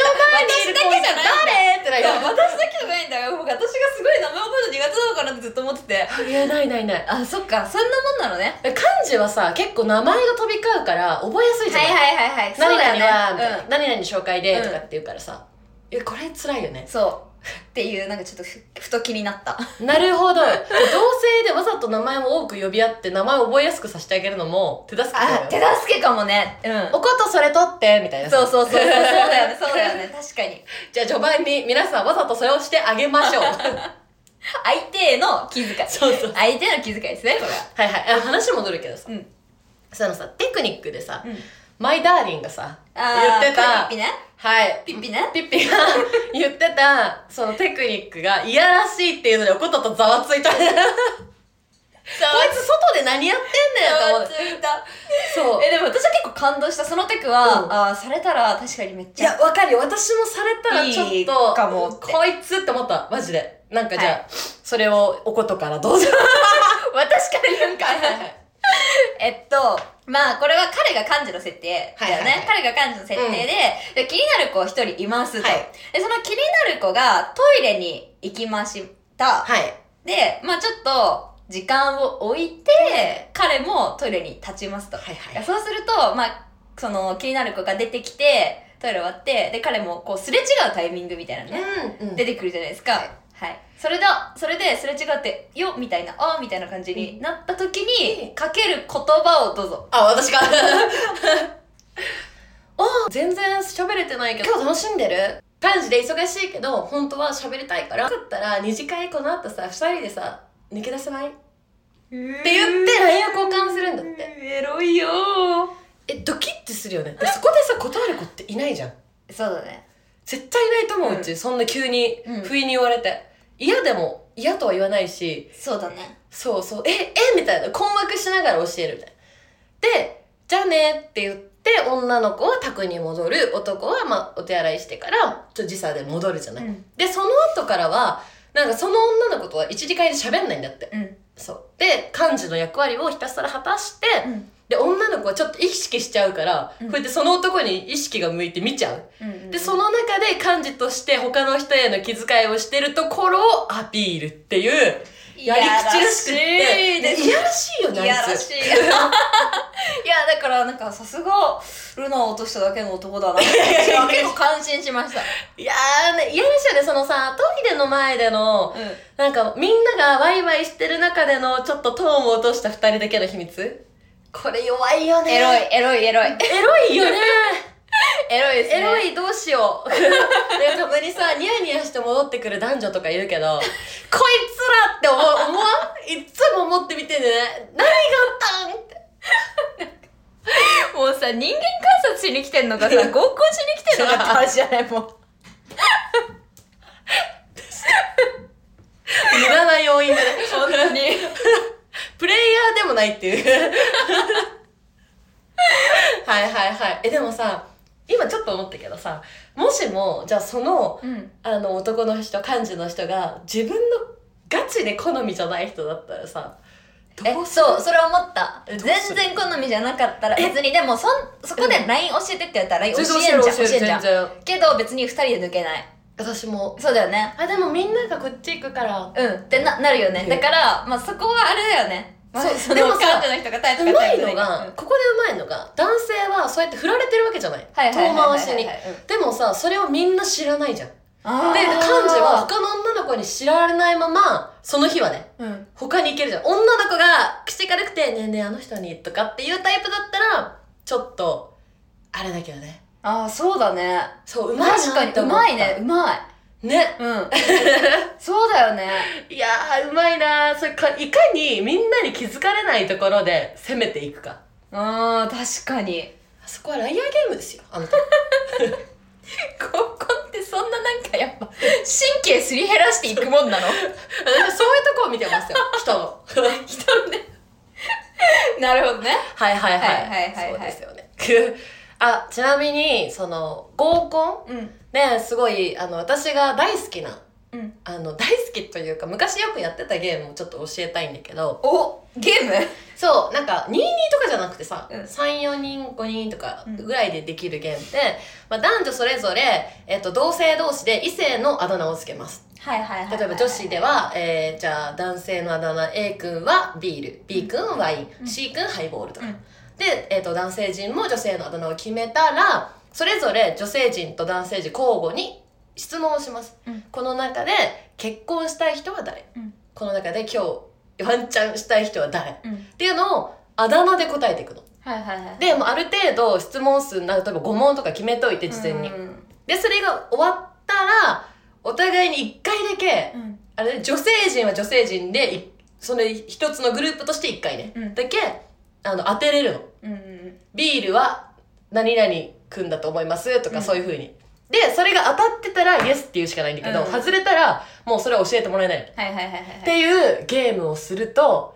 Speaker 1: 誰ってなるよ
Speaker 2: 私だけじゃないんだよ僕私がすごい名前覚えるの苦手なのかなってずっと思ってて
Speaker 1: いや、ないないない。
Speaker 2: あそっかそんなもんなのね
Speaker 1: 漢字はさ、結構名前が飛び交うから、覚えやすいじゃ
Speaker 2: は
Speaker 1: ん。
Speaker 2: いはいはいはいそうだ
Speaker 1: 何々は、みたい
Speaker 2: よ
Speaker 1: な
Speaker 2: ね
Speaker 1: 何々紹介で、とかって言うからさ。え、これ辛いよ
Speaker 2: う
Speaker 1: ね
Speaker 2: ん。そうっていうなんかちょっとふふと気になった
Speaker 1: なる ほど。同性でわざと名前も多く呼び合って、名前を覚えやすくさせてあげるのも、手助けだ
Speaker 2: あ
Speaker 1: よ、
Speaker 2: 手
Speaker 1: ね。
Speaker 2: 助けかもね。うん
Speaker 1: お。ことそれ取って、みたいなさ。
Speaker 2: そうそうそうそう。そうだよね、 そうだよね。確かに。
Speaker 1: じゃあ序盤に皆さんわざとそれをしてあげま しょう。
Speaker 2: 相手への気遣い。
Speaker 1: そうそう。
Speaker 2: 相手への気遣いですね、これは。
Speaker 1: はいはい。あ話戻るけどさ。
Speaker 2: うん
Speaker 1: そのさ、テクニックでさ、マイダーリンがさ、
Speaker 2: あー
Speaker 1: 言ってた
Speaker 2: これピッピね。
Speaker 1: はい。
Speaker 2: ピッピね。
Speaker 1: ピッピが 言ってた、そのテクニックが、いやらしいっていうので、おこと とざわついた。こいつ外で何やってんねんと思
Speaker 2: あ
Speaker 1: っ
Speaker 2: つ
Speaker 1: て。
Speaker 2: いた。
Speaker 1: そう。
Speaker 2: え、でも私は結構感動した。そのテクは、
Speaker 1: うん
Speaker 2: あーされたら確かにめっ
Speaker 1: い
Speaker 2: ちゃ。
Speaker 1: や、わかるよ。私もされたらちょっと、
Speaker 2: いいかもって
Speaker 1: こいつって思った。マジで。なんかじゃあ、
Speaker 2: はい
Speaker 1: それをおことからどうぞ。
Speaker 2: 私からなんか、えっと、まあ、これは彼が幹事の設定だよね。
Speaker 1: はいはいはい
Speaker 2: 彼が幹事の設定で、で気になる子一人いますと、
Speaker 1: はい
Speaker 2: で、その気になる子がトイレに行きました。
Speaker 1: はい。
Speaker 2: で、まあちょっと、時間を置いて、彼もトイレに立ちますと。
Speaker 1: はい
Speaker 2: い
Speaker 1: は
Speaker 2: や
Speaker 1: い。
Speaker 2: そうすると、まあ、その気になる子が出てきて、トイレ終わって、で、彼もこうすれ違うタイミングみたいなね、
Speaker 1: うん、うん。
Speaker 2: 出てくるじゃないですか。
Speaker 1: は
Speaker 2: はいい。それだ、それですれ違って、よみたいな、あみたいな感じになった時に、かける言葉をどうぞ。
Speaker 1: あ、私か。 あ、全然喋れてないけど、今日楽しんでる感じで忙しいけど、本当は喋りたいから。よかったら、二次会この後さ、二人でさ、抜け出せないって
Speaker 2: って言っ
Speaker 1: 言って、LINE を交換するんだって。
Speaker 2: て。エロいよ
Speaker 1: え、ドキッてするよね。でそこでさ、断る子っていないじゃん。
Speaker 2: そうだね。
Speaker 1: 絶対いないと思う、う
Speaker 2: うん
Speaker 1: ちそんな急に、
Speaker 2: うん
Speaker 1: 不意に言われて嫌でも嫌とは言わないし
Speaker 2: そうだね。
Speaker 1: そうそうええみたいな困惑しながら教えるみたいなでじゃあねって言って女の子は宅に戻る男は、まあ、お手洗いしてからちょっと時差で戻るじゃない、
Speaker 2: うん。
Speaker 1: でその後からはなんかその女の子とは一時会で喋んないんだって
Speaker 2: うん。
Speaker 1: そうで幹事の役割をひたすら果たして、
Speaker 2: うん。
Speaker 1: で女の子はちょっと意識しちゃうから、
Speaker 2: うん
Speaker 1: こうやってその男に意識が向いて見ちゃう
Speaker 2: うん。
Speaker 1: で、その中で幹事として他の人への気遣いをしてるところをアピールっていう、やり口らしくっ
Speaker 2: いやらしい
Speaker 1: て。
Speaker 2: です
Speaker 1: いやらしいよね、
Speaker 2: いやらしい。い や、だからなんかさすが、ルナを落としただけの男だなって。私は結構感心しました。
Speaker 1: い。いやーね、いやらしいよね、そのさ、トイレの前での、
Speaker 2: うん。
Speaker 1: なんかみんながワイワイしてる中でのちょっとトーンを落とした二人だけの秘密これ弱いよ ね。
Speaker 2: エロい。、エロい、エロい。
Speaker 1: エロいよね。
Speaker 2: エロいですね。
Speaker 1: エロい、どうしよう。 で、たまにさ、ニヤニヤして戻ってくる男女とかいるけ ど、こいつらって思う、思わんいっつも思って見てね。何があったんって。
Speaker 2: もうさ、人間観察しに来てんのかさ、合コンしに来てんのかって話じゃないもう。
Speaker 1: 無駄な要因 だね。
Speaker 2: 本当に。
Speaker 1: プレイヤーでもないっていう。はいはいはい。え、でもさ、今ちょっと思ったけどさ、もしも、じゃあその、
Speaker 2: うん。
Speaker 1: あの男の人、幹事の人が、自分のガチで好みじゃない人だったらさ、
Speaker 2: え、
Speaker 1: どうする
Speaker 2: そう、それ思った。
Speaker 1: え
Speaker 2: 全
Speaker 1: どうする
Speaker 2: 然好みじゃなかったら、
Speaker 1: え
Speaker 2: 別に、でも、そん、そこで LINE 教えてって言ったら LINE 教えんじゃん、教えんじゃん。
Speaker 1: 然。
Speaker 2: けど、別に二人で抜けない。
Speaker 1: 私も。
Speaker 2: そうだよね。
Speaker 1: あ、でもみんながこっち行くから。
Speaker 2: うん。ってな、なるよね。
Speaker 1: うん
Speaker 2: だから、まあ、そこはあれだよね。まあ
Speaker 1: そう
Speaker 2: そ
Speaker 1: でも
Speaker 2: の、
Speaker 1: さ
Speaker 2: 感じの人がタイ
Speaker 1: う
Speaker 2: プが
Speaker 1: ま
Speaker 2: タイ
Speaker 1: い
Speaker 2: プだ
Speaker 1: の
Speaker 2: けど
Speaker 1: が、
Speaker 2: うん
Speaker 1: ここでうまいのが、男性はそうやって振られてるわけじゃない。
Speaker 2: はいはいはいはいはい
Speaker 1: 遠回しに
Speaker 2: は。いうん
Speaker 1: でもさ、それをみんな知らないじゃん。で、
Speaker 2: あー
Speaker 1: 幹事は、他の女の子に知られないまま、その日はね、
Speaker 2: うん。
Speaker 1: 他に行けるじゃん。女の子が口軽くて、ねえねえあの人に、とかっていうタイプだったら、ちょっと、あれだけどね。
Speaker 2: ああ、そうだね。
Speaker 1: そう、うまいな
Speaker 2: 確かに、
Speaker 1: って
Speaker 2: う
Speaker 1: 思った
Speaker 2: まいね、。うまい。
Speaker 1: ね。
Speaker 2: うん。そうだよね。
Speaker 1: いやー、うまいなー。それか、いかにみんなに気づかれないところで攻めていくか。
Speaker 2: あー、確かに。
Speaker 1: あそこはライアーゲームですよ。あの、
Speaker 2: 高校ってそんななんかやっぱ、神経すり減らしていくもんなの
Speaker 1: 私 そういうとこを見てますよ人の
Speaker 2: なるほどね。
Speaker 1: はいはいはい
Speaker 2: はいはいはいはい
Speaker 1: そうですよね あちなみにその合コン
Speaker 2: うん。
Speaker 1: ねすごいあの私が大好きな
Speaker 2: うん。
Speaker 1: あの大好きというか昔よくやってたゲームをちょっと教えたいんだけど
Speaker 2: おゲーム
Speaker 1: そうなんか22とかじゃなくてさ、
Speaker 2: うん
Speaker 1: 34人5人とかぐらいでできるゲームで、まあ、男女それぞれ、えっと、同性同士で異性のあだ名をつけます
Speaker 2: はいはい
Speaker 1: 例えば女子では、えーじゃあ男性のあだ名 A 君はビール B 君ワイン、
Speaker 2: うん
Speaker 1: C 君ハイボールとか、
Speaker 2: うん
Speaker 1: で、えー、と男性陣も女性のあだ名を決めたらそれぞれ女性陣と男性陣交互に質問をします、
Speaker 2: うん
Speaker 1: この中で結婚したい人は誰、
Speaker 2: うん
Speaker 1: この中で今日ワンチャンしたい人は誰っ
Speaker 2: うん。
Speaker 1: ていうのをあだ名で答えていくの。
Speaker 2: はいはいはい。
Speaker 1: で、もうある程度質問数、例えば5問とか決めといて事前に。
Speaker 2: うん。
Speaker 1: で、それが終わったら、お互いに1回だけ、
Speaker 2: うん。
Speaker 1: あれね女性陣は女性陣でいそれ一つのグループとして一回ね、
Speaker 2: うん
Speaker 1: だけあの当てれるの
Speaker 2: うん。
Speaker 1: ビールは何々君だと思いますとか、
Speaker 2: うん
Speaker 1: そういう風に。で、それが当たってたらイエスって言うしかないんだけど、
Speaker 2: うん
Speaker 1: 外れたらもうそれは教えてもらえないの。
Speaker 2: はいはいはいはい
Speaker 1: っ
Speaker 2: はい。
Speaker 1: ていうゲームをすると、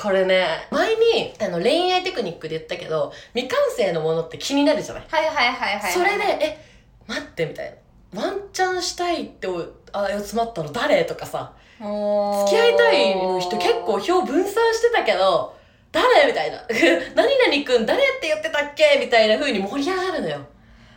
Speaker 1: これね、前にあの恋愛テクニックで言ったけど、未完成のものって気になるじゃない、
Speaker 2: はいはいはいはい。
Speaker 1: それで、、え、待ってみたいな。ワンチャンしたいってお、あ、集まったの誰とかさ、
Speaker 2: 付
Speaker 1: 付き合いたいの人結構票分散してたけど、誰みたいな。 何々くん誰って言ってたっけみたいな風に盛り上がるのよ。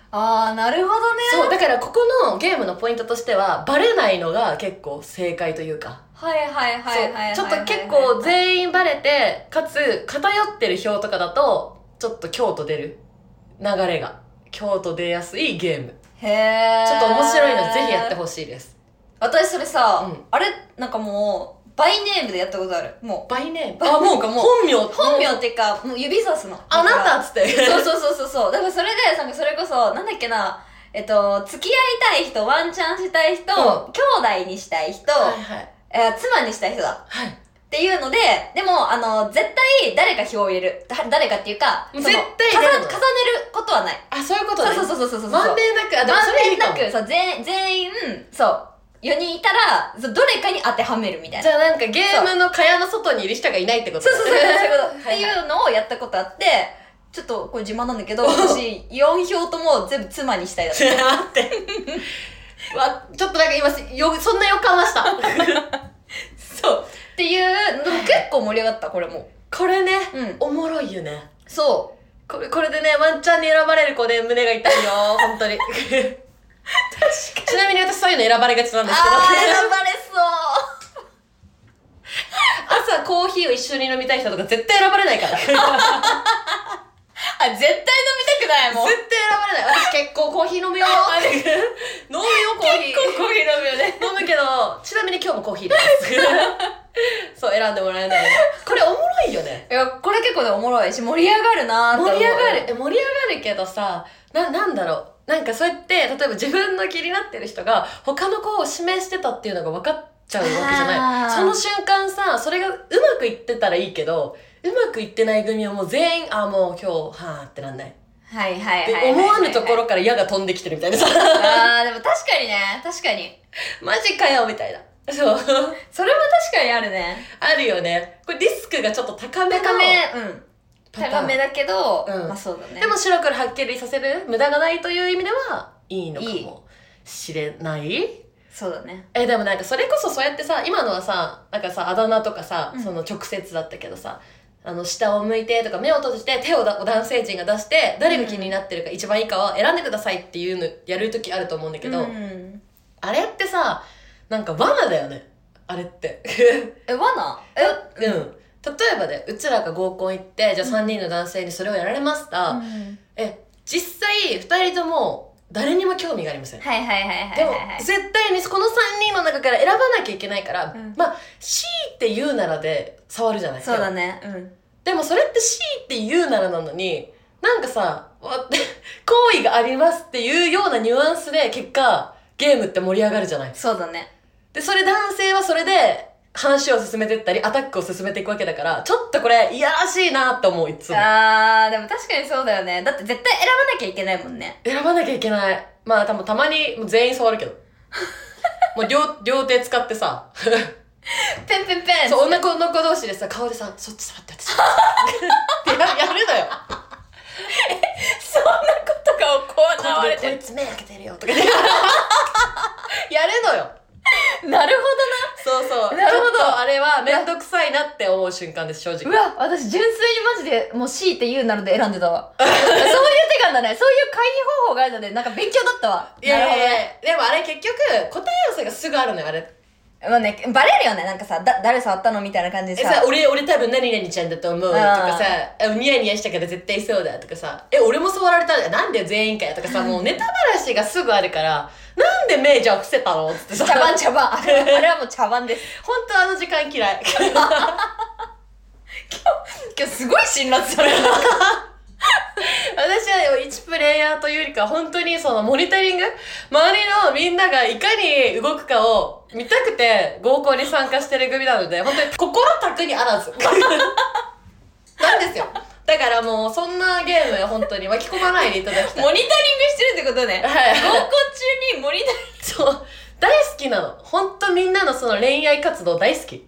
Speaker 2: あー、なるほどね。
Speaker 1: そう、だからここのゲームのポイントとしては、バレないのが結構正解というか。
Speaker 2: はいはいはいはいはいはい。
Speaker 1: そうちょっと結構全員バレてかつ偏ってる表とかだとちょっと京都出る流れが京都出やすいゲーム
Speaker 2: へえ。
Speaker 1: ちょっと面白いのでぜひやってほしいです
Speaker 2: 私それさ、
Speaker 1: うん
Speaker 2: あれなんかもうバイネームでやったことあるも
Speaker 1: バイネーム
Speaker 2: あもうかもう
Speaker 1: 本名
Speaker 2: う本名っていうかもう指さすの
Speaker 1: あなたっつって
Speaker 2: そうそうそうそうそうだからそれでなんかそれこそなんだっけなえっと付き合いたい人ワンチャンしたい人、
Speaker 1: う
Speaker 2: 兄弟にしたい人、
Speaker 1: はいはい
Speaker 2: えー妻にしたい人だ
Speaker 1: はい
Speaker 2: っていうのででもあの絶対誰か票を入れるだ誰かっていうかその
Speaker 1: 絶対
Speaker 2: 重
Speaker 1: 入れる
Speaker 2: 重
Speaker 1: の
Speaker 2: ねることはない
Speaker 1: あそういうこと
Speaker 2: そう
Speaker 1: ね
Speaker 2: そう
Speaker 1: う
Speaker 2: そうそうそうそう
Speaker 1: まんべんなくあでも
Speaker 2: ま
Speaker 1: それいい
Speaker 2: んべん
Speaker 1: か
Speaker 2: な
Speaker 1: も
Speaker 2: くそう全全員そう4人いたらそうどれかに当てはめるみたいな
Speaker 1: じゃあなんかゲームの蚊帳の外にいる人がいないってこと
Speaker 2: そうそうそうそういうこと
Speaker 1: は
Speaker 2: って
Speaker 1: いはい
Speaker 2: いうのをやったことあってちょっとこれ自慢なんだけど私4票とも全部妻にした いだった
Speaker 1: ちょっと待って わちょっとなんか今よそんな予感はした
Speaker 2: そうっていうでも結構盛り上がったこれも
Speaker 1: これね
Speaker 2: うん
Speaker 1: おもろいよね
Speaker 2: そう
Speaker 1: これこれでねワンチャンに選ばれる子で胸が痛い よ本当にちなみに私そういうの選ばれがちなん
Speaker 2: あー
Speaker 1: ですけど
Speaker 2: 選ばれそ
Speaker 1: 朝コーヒーを一緒に飲みたい人とか絶対選ばれないから絶対選ば
Speaker 2: うあ絶対飲みたくな いもん
Speaker 1: れない私結構コーヒー飲むよ飲むよコーヒー
Speaker 2: 構コーヒー飲むよね
Speaker 1: 飲むけどちなみに今日もコーヒーですそう選んでもらえないこれおもろいよね
Speaker 2: いやこれ結構ねおもろいし盛り上がるなーって思う
Speaker 1: 盛り上がるえ盛り上がるけどさななんだろうなんかそうやって例えば自分の気になってる人が他の子を指名してたっていうのが分かっちゃうわけじゃない
Speaker 2: あー
Speaker 1: その瞬間さ、それがうまくいってたらいいけど、うまくいってない組はもう全員、あ、もう今日、はーってなんない。
Speaker 2: はいはいはいはい
Speaker 1: で、思わぬところから矢が飛んできてるみたいなさ、
Speaker 2: あーでも確かにね確かに
Speaker 1: マジかよみたいな。そう。
Speaker 2: それは確かにあるね
Speaker 1: あるよね。これリスクがちょっと高めの
Speaker 2: 高めうん
Speaker 1: パターン
Speaker 2: 高めだけど、
Speaker 1: うん
Speaker 2: まあそうだね
Speaker 1: でも白黒はっきりさせる無駄がないという意味では、いいのか
Speaker 2: いい
Speaker 1: もしれない
Speaker 2: そうだね
Speaker 1: え、でもなんかそれこそそうやってさ、今のはさ、なんかさ、あだ名とかさ
Speaker 2: う、ん
Speaker 1: その直接だったけどさ、あの、下を向いてとか目を閉じて手をだ男性陣が出して、誰が気になってるか、一番いいかを選んでくださいっていうのやるときあると思うんだけど、
Speaker 2: うん
Speaker 1: あれってさ、なんか罠だよね。あれ って。
Speaker 2: え罠
Speaker 1: え
Speaker 2: え、
Speaker 1: うん。例えばね、うちらが合コン行って、じゃあ3人の男性にそれをやられました。
Speaker 2: うん
Speaker 1: え、実際2人とも誰にも興味がありません。
Speaker 2: はいはいはいはい
Speaker 1: でも
Speaker 2: はいはい
Speaker 1: 絶対にこの3人の中から選ばなきゃいけないから、
Speaker 2: うん
Speaker 1: まあ C って言うならで触るじゃないですか
Speaker 2: そうだねうん
Speaker 1: でもそれって C って言うならなのになんかさわ好意がありますっていうようなニュアンスで結果ゲームって盛り上がるじゃない
Speaker 2: そうだね
Speaker 1: でそれ男性はそれで話を進めてったりアタックを進めていくわけだからちょっとこれいやらしいなと思ういつも
Speaker 2: あーでも確かにそうだよねだって絶対選ばなきゃいけないもんね
Speaker 1: 選ばなきゃいけないまあたたまにもう全員触るけ どもう両両手使ってさ
Speaker 2: ペンペンペン
Speaker 1: そう、女の子同士でさ、顔でさ、そっち触って、私触って。って ややるのよ。
Speaker 2: そんなことが行
Speaker 1: こ
Speaker 2: わ
Speaker 1: れ
Speaker 2: れ
Speaker 1: で
Speaker 2: て
Speaker 1: こいつ目開けてるよ。と かねやるのよ。
Speaker 2: るなるほ
Speaker 1: そうそう。
Speaker 2: なるほど
Speaker 1: ちょっとあれはめんどくさいなって思う瞬間です、正直。
Speaker 2: どわ私純粋にマジでもう C って言うなので選んでたわ そういう手があんだねそういう会議方法があるのでなんか勉強だったわ
Speaker 1: いやいやい
Speaker 2: なる
Speaker 1: や、でもあれ結局、答え合わせがすぐあるのよ、あれ。
Speaker 2: ほどねまあねバレるよねなんかさだ誰触ったのみたいな感じ
Speaker 1: え
Speaker 2: で
Speaker 1: さ
Speaker 2: さ、
Speaker 1: 俺、俺多分何々ちゃんだと思うとかさ、えニヤニヤしたから絶対そうだとかさ、え、俺も触られたんだよ、なんで全員かよとかさ、もうネタばらしがすぐあるから、なんで目じゃあ伏せたのつってさ。
Speaker 2: 茶番茶番あれあれはもう茶番です
Speaker 1: 本当あの時間嫌い。
Speaker 2: 今日すごい辛辣それ
Speaker 1: 私はでも一プレイヤーというよりかは本当にそのモニタリング周りのみんながいかに動くかを見たくて合コンに 参加してる組なので本当に心たくにあらずなんですよだからもうそんなゲーム本当に巻き込まないでいただきたい。
Speaker 2: モニタリングしてるってことね。合コン
Speaker 1: はい。
Speaker 2: 中にモニタリン
Speaker 1: そう。大好きなの。本当みんなのその恋愛活動大好 き。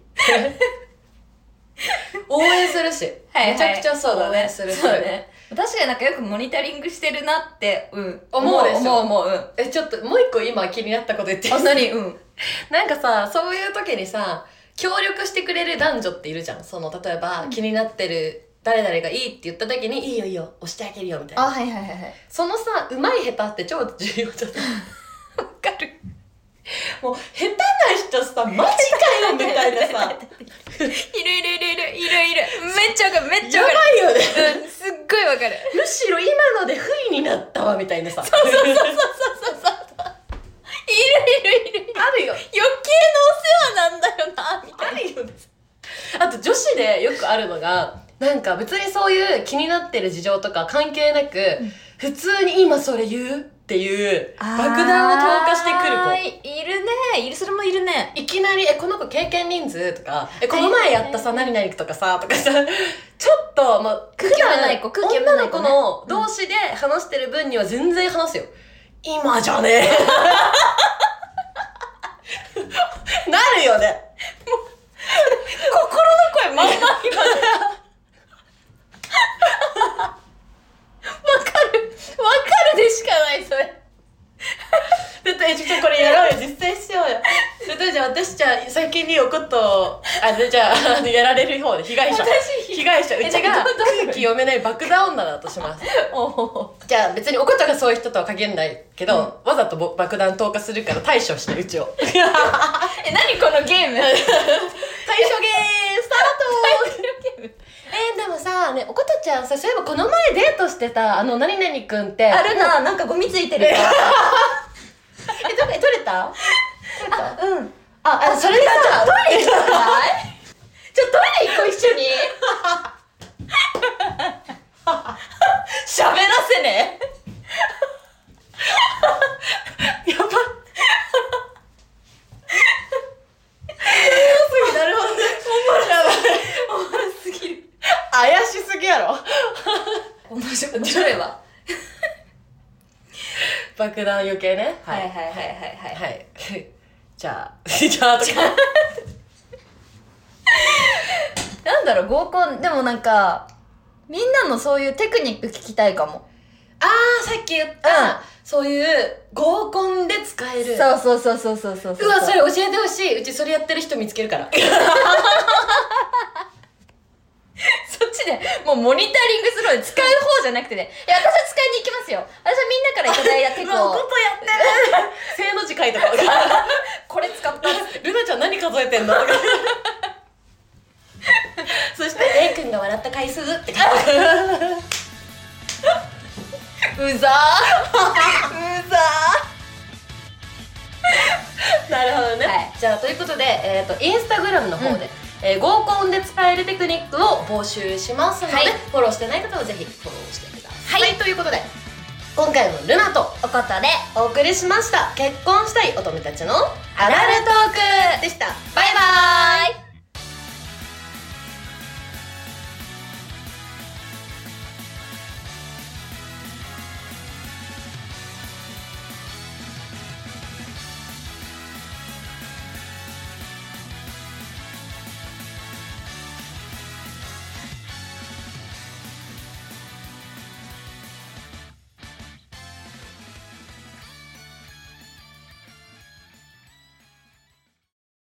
Speaker 1: 応援するし。
Speaker 2: グ、
Speaker 1: めちゃくちゃそうだね。するし
Speaker 2: そうだね。確かになんかよくモニタリングしてるなって、うん。
Speaker 1: 思うでしょ
Speaker 2: 思う思う、うん。
Speaker 1: え、ちょっともう一個今気になったこと言っていい
Speaker 2: あ、なにうん。
Speaker 1: なんかさ、そういう時にさ、協力してくれる男女っているじゃん。その、例えば、気になってる、誰々がいいって言った時に、いいよいいよ、押してあげるよ、みたいな。
Speaker 2: あ、はいはいはいはい。
Speaker 1: そのさ、うまい下手って超重要じゃん。
Speaker 2: わかる。
Speaker 1: もう、下手な人さ、マジかよ、みた いなさ。
Speaker 2: いるいるいるいるいるいる。めっちゃわかる、めっちゃ
Speaker 1: や
Speaker 2: わ
Speaker 1: ば
Speaker 2: かる。
Speaker 1: いよね。
Speaker 2: うん、すっごいわかる。
Speaker 1: むしろ今ので不意になったわ、みたいなさ。
Speaker 2: いるいるいる。
Speaker 1: あるよ。
Speaker 2: 余計のお世話なんだよな、みたいな。
Speaker 1: あるよね。あと女子でよくあるのが、なんか別にそういう気になってる事情とか関係なく、
Speaker 2: ん
Speaker 1: 普通に今それ言うっていう爆弾を投下してくる子。
Speaker 2: る子。いるね。いる、それもいるね。
Speaker 1: いきなり、え、この子経験人数とか、え、この前やったさ、何々とかさ、とかさ、ちょっと、まあ、
Speaker 2: 空気読めない子
Speaker 1: 普段
Speaker 2: 空気読めない子ね
Speaker 1: 女の子の同士で話してる分には全然話すよ。今じゃ ねえ。なるよね。
Speaker 2: 心の声まんま今。わかる。わかるでしかない、それ。
Speaker 1: 絶対、ちょっとこれやろうよ、実践しようよ。絶対じゃあ、私じゃあ、先におこと、あれじゃあ、あのやられる方で、被害者。
Speaker 2: 私
Speaker 1: 被害者、うちが
Speaker 2: えどうどういう
Speaker 1: 空気読めない爆弾女だとします。
Speaker 2: お
Speaker 1: じゃあ別におことがそういう人とは限らないけど、わざとぼ爆弾投下するから対処してうちを対処ゲー
Speaker 2: え、何このゲーム
Speaker 1: スタートえー、でもさねおことちゃんさそういえばこの前デートしてたあの何々くんって
Speaker 2: あるな、なんかゴミついてるよ。
Speaker 1: えどこえ取れた取れた
Speaker 2: うん。
Speaker 1: ああそれじゃあ
Speaker 2: トイレ行きたいちょ、トイレ行こう、一 緒に。
Speaker 1: 喋らせねやばなるほどね
Speaker 2: おもろすぎる。
Speaker 1: 怪しすぎやろ
Speaker 2: 面白い。面白いわ。
Speaker 1: 爆弾余計ね
Speaker 2: はいはいはいはいはい。
Speaker 1: はい。 じゃあ、じゃあ、とか。
Speaker 2: なんだろう、合コン、でもなんか、みんなのそういうテクニック聞きたいかも。
Speaker 1: あー、さっき言った、そういう合コンで使える。
Speaker 2: そうそうそうそうそうそう
Speaker 1: うわ、それ教えてほしい。うちそれやってる人見つけるから。
Speaker 2: そっちでもうモニタリングするのに使う方じゃなくてねいや私は使いに行きますよ私はみんなからいただいたテク
Speaker 1: もうこ
Speaker 2: を
Speaker 1: とやってる。 正の字書いとこう。
Speaker 2: これ使った
Speaker 1: ルナちゃん何数えてんのとか。 そして、A 君が笑った回数って書いて
Speaker 2: うざーうざ
Speaker 1: なるほどね、
Speaker 2: はい
Speaker 1: じゃあということで、えー、とインスタグラムの方で、えー合コンで使えるテクニックを募集しますので、
Speaker 2: はい
Speaker 1: フォローしてない方はぜひフォローしてください、
Speaker 2: は
Speaker 1: ということで今回もルナと
Speaker 2: おことで
Speaker 1: お送りしました結婚したい乙女たちのアダルトークでした
Speaker 2: バイバーイ